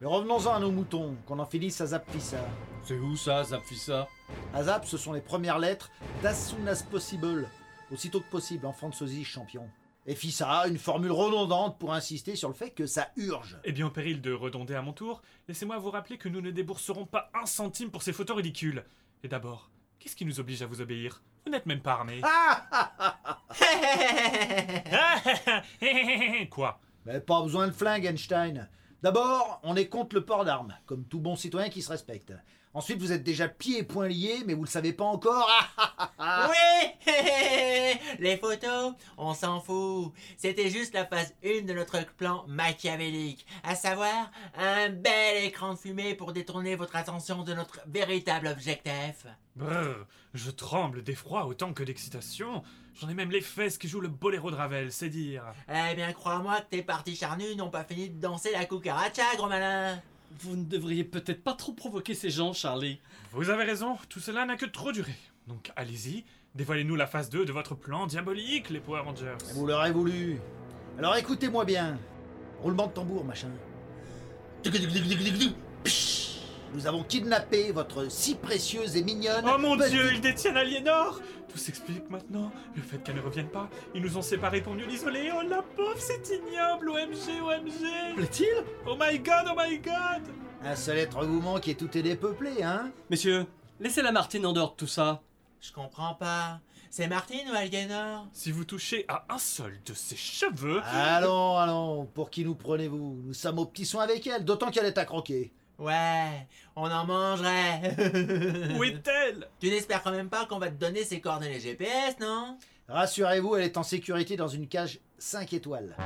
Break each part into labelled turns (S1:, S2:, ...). S1: Mais revenons-en à nos moutons, qu'on en finisse à Zapfissa.
S2: C'est où ça, Zapfissa
S1: À Zap, ce sont les premières lettres d'As soon as possible, aussitôt que possible, enfant de sosie, champion. Et Fissa, une formule redondante pour insister sur le fait que ça urge.
S3: Eh bien, au péril de redonder à mon tour, laissez-moi vous rappeler que nous ne débourserons pas un centime pour ces photos ridicules. Et d'abord, qu'est-ce qui nous oblige à vous obéir Vous n'êtes même pas armé.
S1: Ah, ah, ah, ah.
S3: Quoi
S1: Mais pas besoin de flingue, Einstein. D'abord, on est contre le port d'armes, comme tout bon citoyen qui se respecte. Ensuite, vous êtes déjà pieds et poings liés, mais vous le savez pas encore. Ah, ah, ah, ah.
S4: Oui Les photos, on s'en fout. C'était juste la phase 1 de notre plan machiavélique, à savoir un bel écran de fumée pour détourner votre attention de notre véritable objectif.
S3: Brrr, je tremble d'effroi autant que d'excitation. J'en ai même les fesses qui jouent le boléro de Ravel, c'est dire.
S4: Eh bien, crois-moi que tes parties charnues n'ont pas fini de danser la cucaracha, gros malin.
S5: Vous ne devriez peut-être pas trop provoquer ces gens, Charlie.
S3: Vous avez raison, tout cela n'a que trop duré. Donc allez-y, dévoilez-nous la phase 2 de votre plan diabolique, les Power Rangers.
S1: Vous l'aurez voulu. Alors écoutez-moi bien. Roulement de tambour, machin. Nous avons kidnappé votre si précieuse et mignonne.
S3: Oh mon
S1: petite-
S3: dieu, ils détiennent Aliénor Tout s'explique maintenant. Le fait qu'elle ne revienne pas, ils nous ont séparés pour mieux l'isoler. Oh la pauvre, c'est ignoble OMG, OMG
S5: Plaît-il
S3: Oh my god, oh my god
S1: Un seul être vous manque et tout est dépeuplé, hein
S5: Messieurs, laissez la Martine en dehors de tout ça.
S4: Je comprends pas. C'est Martine ou Aliénor
S3: Si vous touchez à un seul de ses cheveux...
S1: Allons, allons, pour qui nous prenez-vous Nous sommes aux petits soins avec elle, d'autant qu'elle est à croquer.
S4: Ouais, on en mangerait.
S3: Où est-elle
S4: Tu n'espères quand même pas qu'on va te donner ses coordonnées GPS, non
S1: Rassurez-vous, elle est en sécurité dans une cage 5 étoiles.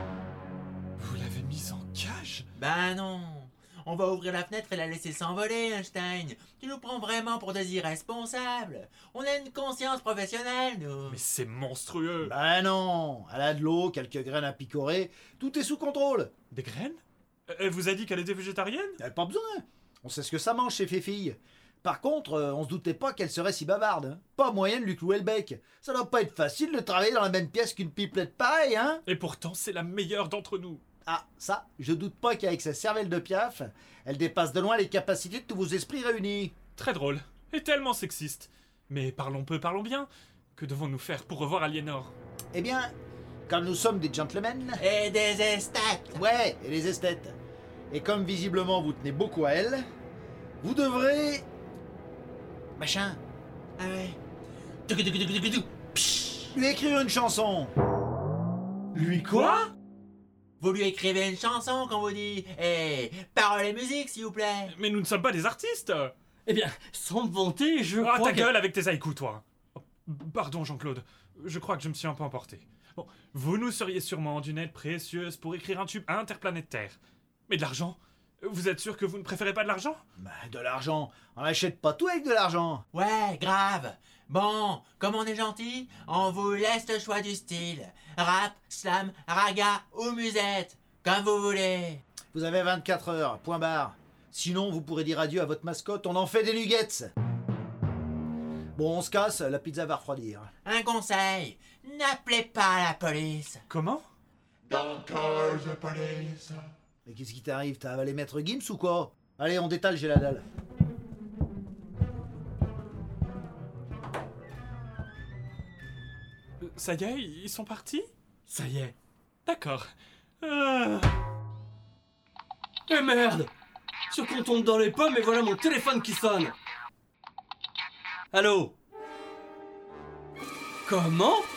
S3: Vous l'avez mise en cage
S4: Ben non. On va ouvrir la fenêtre et la laisser s'envoler, Einstein. Tu nous prends vraiment pour des irresponsables. On a une conscience professionnelle, nous.
S3: Mais c'est monstrueux
S1: Bah non Elle a de l'eau, quelques graines à picorer, tout est sous contrôle.
S3: Des graines Elle vous a dit qu'elle était végétarienne
S1: Elle a pas besoin. On sait ce que ça mange chez Féfille. Par contre, euh, on se doutait pas qu'elle serait si bavarde. hein. Pas moyen de lui clouer le bec. Ça doit pas être facile de travailler dans la même pièce qu'une pipelette pareille, hein
S3: Et pourtant, c'est la meilleure d'entre nous
S1: Ah, ça, je doute pas qu'avec sa cervelle de piaf, elle dépasse de loin les capacités de tous vos esprits réunis.
S3: Très drôle, et tellement sexiste. Mais parlons peu, parlons bien. Que devons-nous faire pour revoir Aliénor
S1: Eh bien, comme nous sommes des gentlemen,
S4: Et des estates.
S1: ouais, et les esthètes, et comme visiblement vous tenez beaucoup à elle, vous devrez. Machin,
S4: Ah ouais.
S1: lui écrire une chanson.
S5: Lui quoi
S4: Vous lui écrivez une chanson qu'on vous dit. Eh, paroles et musique, s'il vous plaît.
S3: Mais nous ne sommes pas des artistes
S5: Eh bien, sans me vanter, je
S3: Ah,
S5: crois
S3: ta
S5: que-
S3: gueule avec tes haïkus, toi Oh, Pardon, Jean-Claude, je crois que je me suis un peu emporté. Bon, vous nous seriez sûrement d'une aide précieuse pour écrire un tube interplanétaire. Mais de l'argent Vous êtes sûr que vous ne préférez pas de l'argent
S1: Bah, de l'argent, on n'achète pas tout avec de l'argent.
S4: Ouais, grave. Bon, comme on est gentil, on vous laisse le choix du style. Rap, slam, raga ou musette. Comme vous voulez.
S1: Vous avez 24 heures, point barre. Sinon, vous pourrez dire adieu à votre mascotte, on en fait des nuggets. Bon, on se casse, la pizza va refroidir.
S4: Un conseil, n'appelez pas la police.
S3: Comment
S1: Mais qu'est-ce qui t'arrive T'as avalé Maître Gims ou quoi Allez, on détale, j'ai la dalle.
S3: Euh, Ça y est, ils sont partis
S5: Ça y est.
S3: D'accord. Euh,
S5: Eh merde Sûr qu'on tombe dans les pommes et voilà mon téléphone qui sonne Allô Comment